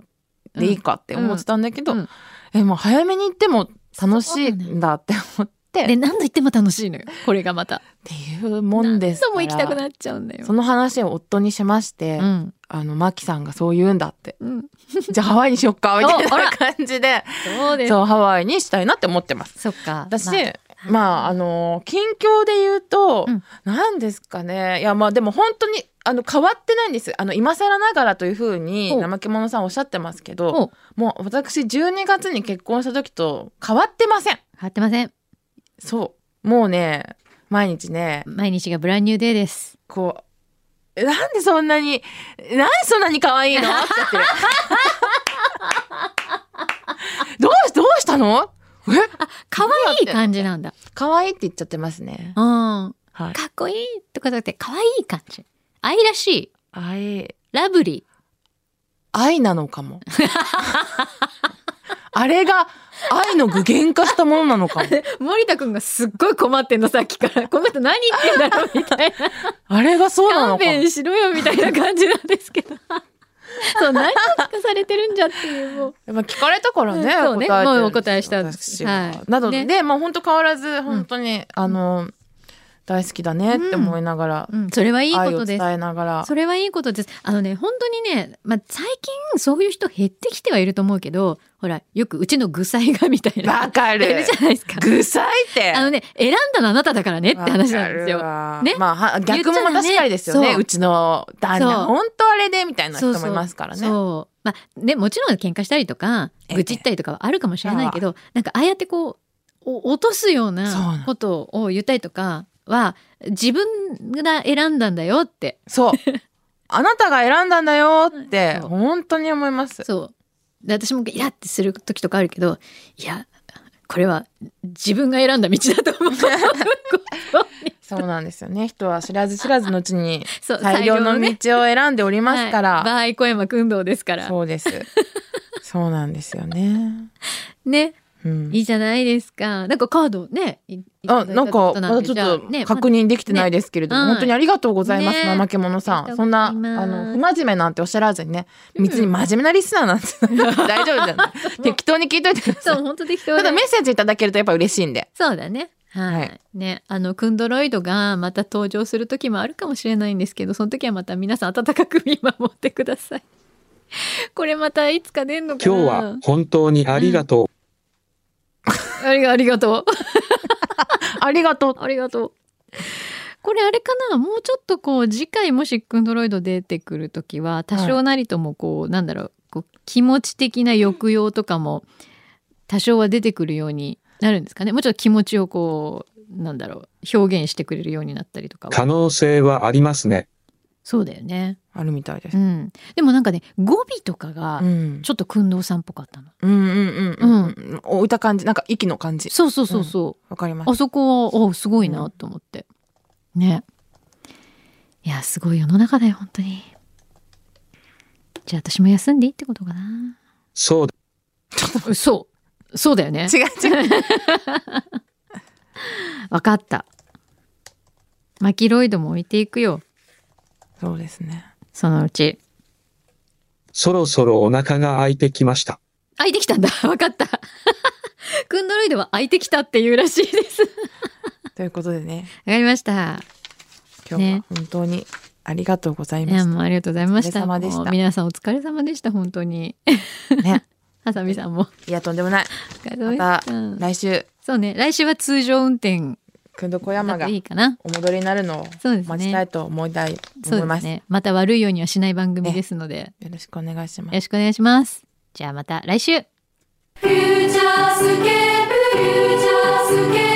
Speaker 3: でいいかって思ってたんだけど、
Speaker 2: うんうん
Speaker 3: え、もう早めに行っても楽しいんだって思っ
Speaker 2: で何度行っても楽しいのよこれがまた。
Speaker 3: ていうもんですから。
Speaker 2: 何度も行きたくなっちゃうんだよ。
Speaker 3: その話を夫にしまして、
Speaker 2: うん
Speaker 3: あのマキさんがそう言うんだって
Speaker 2: うん、
Speaker 3: じゃあハワイにしよっかみたい
Speaker 2: おあら
Speaker 3: な感じで
Speaker 2: そうです。
Speaker 3: そうハワイにしたいなって思ってます
Speaker 2: そっか。
Speaker 3: 私、
Speaker 2: まあ
Speaker 3: まあ、あの近況で言うと、
Speaker 2: うん
Speaker 3: なんですかねいやまあでも本当にあの変わってないんですあの今更ながらというふうに
Speaker 2: ほう
Speaker 3: 怠け者さんおっしゃってますけ
Speaker 2: ほう
Speaker 3: どもう私12月に結婚した時と変わってません
Speaker 2: 変わってません。
Speaker 3: そうもうね毎日ね
Speaker 2: 毎日がブランニューデーです。
Speaker 3: こう、なんでそんなに、なんでそんなに可愛いのって言ってる。 <laughs> どうし、どうしたのえ
Speaker 2: 可愛い
Speaker 3: どうやって
Speaker 2: 感じなんだ。
Speaker 3: 可愛いって言っちゃってますね。
Speaker 2: うん。か
Speaker 3: はい。
Speaker 2: っこいいとかじゃなくて、可愛い感じ。愛らしい。
Speaker 3: 愛、
Speaker 2: ラブリ
Speaker 3: 愛なのかも。あれが愛の具現化したものなのかも。
Speaker 2: ー。森田くんがすっごい困ってんの、さっき <laughs> から。この人何言ってんだろうみたい <laughs> な。
Speaker 3: あれがそうなの
Speaker 2: 勘
Speaker 3: かも。
Speaker 2: 弁しろよみたいな感じなんです <laughs> けど。そう、何を聞かされてるんじゃっていう、もう。
Speaker 3: まあ聞かれたからね、
Speaker 2: うんそうね
Speaker 3: 答えてるんですよ
Speaker 2: もうお答えしたんです
Speaker 3: 私は
Speaker 2: はい
Speaker 3: などで、
Speaker 2: ね
Speaker 3: まあ本当変わらず本当に、あの大好きだねって思いながら、
Speaker 2: うん、それはいいこ
Speaker 3: 愛
Speaker 2: と
Speaker 3: を
Speaker 2: で
Speaker 3: 伝
Speaker 2: す。
Speaker 3: えながら
Speaker 2: それはいいことです。あのね、本当にね、まあ、最近そういう人減ってきてはいると思うけど、ほら、よくうちの具材がみたいな。
Speaker 3: わか
Speaker 2: いる
Speaker 3: る
Speaker 2: じ。ゃないですか。
Speaker 3: ぐさいって。
Speaker 2: あのね、選んだのあなただからねって話なんですよ。
Speaker 3: わかるわ
Speaker 2: ね
Speaker 3: まあは、
Speaker 2: 言っちゃ
Speaker 3: 逆も
Speaker 2: ダメ
Speaker 3: 確かにですよね。
Speaker 2: そう
Speaker 3: うちの旦
Speaker 2: そう
Speaker 3: 那、本当あれで、みたいな
Speaker 2: そう
Speaker 3: 人
Speaker 2: そう
Speaker 3: もいますからね。
Speaker 2: そう。まあ、ね、もちろん喧嘩したりとか、
Speaker 3: ええ
Speaker 2: 愚痴ったりとかはあるかもしれないけど、なんかああやってこう、お落とすよう
Speaker 3: そうな
Speaker 2: な
Speaker 3: の
Speaker 2: ことを言ったりとかは、自分が選んだんだよって。
Speaker 3: そう。あなたが選んだんだよって、
Speaker 2: そう
Speaker 3: 本当に思います。
Speaker 2: そう。で私もイラってする時とかあるけど、いや、これは自分が選んだ道だ
Speaker 3: <laughs>
Speaker 2: と思う。
Speaker 3: そうなんですよね。人は知らず知らずのうちに、
Speaker 2: そう
Speaker 3: 最良の道
Speaker 2: ね
Speaker 3: を選んでおりますか
Speaker 2: はい、
Speaker 3: ら。
Speaker 2: バーイ小山君堂ですから。
Speaker 3: そ
Speaker 2: <laughs>
Speaker 3: うです。そうなんですよね。
Speaker 2: ね。
Speaker 3: うん
Speaker 2: いいじゃないですか。なんかカードね。いいただ
Speaker 3: あ、
Speaker 2: いた
Speaker 3: なんか、
Speaker 2: こと
Speaker 3: ま
Speaker 2: なん
Speaker 3: だ
Speaker 2: で
Speaker 3: ちょ
Speaker 2: じゃあ
Speaker 3: っ
Speaker 2: ね
Speaker 3: と確認できてないですけれども、
Speaker 2: ね
Speaker 3: 本当にありがとうございます、
Speaker 2: ね
Speaker 3: 怠け者さ
Speaker 2: ありがと
Speaker 3: ん。そ
Speaker 2: ご
Speaker 3: うん
Speaker 2: ざ
Speaker 3: な、
Speaker 2: い
Speaker 3: あ
Speaker 2: ます
Speaker 3: の、不真面目なんておっしゃらずにね、別に真面目なリスナーなん
Speaker 2: <laughs>
Speaker 3: て大丈夫じゃない。適当に聞いといてくださ
Speaker 2: そう
Speaker 3: い。
Speaker 2: 本当適当
Speaker 3: た
Speaker 2: だ
Speaker 3: だメッセージいただけるとやっぱ嬉しいんで。
Speaker 2: そうだね。はい、
Speaker 3: はい
Speaker 2: ねあのクンドロイドがまた登場する時もあるかもしれないんですけどその時はまた皆さん温かく見守ってくださいこれまたいつか出んのか
Speaker 1: 今
Speaker 2: な
Speaker 1: 日は本当にありがとう。
Speaker 2: ありがありがとう
Speaker 3: ありがとう。
Speaker 2: ありがとうこれあれかなもうちょっとこう次回もしクンドロイド出てくる時は多少なりともこう、なんだろうこう気持ち的な抑揚とかも多少は出てくるようになるんですかねもうちょっと気持ちをこうなんだろう表現してくれるようになったりとかは
Speaker 1: 可能性はありますね。
Speaker 2: そうだよね。
Speaker 3: あるみたいです
Speaker 2: う。ん。でもなんかね、語尾とかが
Speaker 3: う、ん
Speaker 2: ちょっとくんどうさんっぽかったの。
Speaker 3: うんうんうんうん。置いた感じ、なんか息の感じ。
Speaker 2: そうそうそうそ
Speaker 3: わかりま
Speaker 2: う。
Speaker 3: す。
Speaker 2: あそこは、おすごいなと思って。ね。いや、すごい世の中だよ、本当に。じゃあ私も休んでいいってことかな。
Speaker 1: そうだ。
Speaker 2: <laughs> そう。そうだよね。
Speaker 3: 違う違う。
Speaker 2: わかった。マキロイドも置いていくよ。
Speaker 3: そうですね。
Speaker 2: そのうち。
Speaker 1: そろそろお腹が空いてきました。
Speaker 2: 開いてきたんだ。 <laughs> わかった。クンドロイドは開いてきたっていうらしいです。わ
Speaker 3: ということでね、
Speaker 2: かりました。
Speaker 3: 今日は
Speaker 2: ね
Speaker 3: 本当にありがとうござい
Speaker 2: い
Speaker 3: ま
Speaker 2: や
Speaker 3: し
Speaker 2: もうありがとうございまし
Speaker 3: お疲れ
Speaker 2: た。
Speaker 3: 様でした
Speaker 2: もう皆さんお疲れ様でした本当 <laughs> に。
Speaker 3: たね。
Speaker 2: はさみさんも
Speaker 3: いや、とんでもない。
Speaker 2: お疲れ様でした。うん
Speaker 3: 来週、
Speaker 2: そうね来週は通常運転
Speaker 3: くんど小山
Speaker 2: だ
Speaker 3: が
Speaker 2: といいかな。
Speaker 3: お戻りになるのを
Speaker 2: そうです
Speaker 3: 待ちたい
Speaker 2: ね。
Speaker 3: と思いたい、
Speaker 2: そ
Speaker 3: 思いう
Speaker 2: で
Speaker 3: ます
Speaker 2: すね。また悪いようにはしない番組
Speaker 3: ね
Speaker 2: ですので、よ
Speaker 3: よろしくお願いします。
Speaker 2: ろしくお願いします。じゃあまた来
Speaker 4: 「
Speaker 2: 週。
Speaker 4: フューチャースケープフューチャースケープル」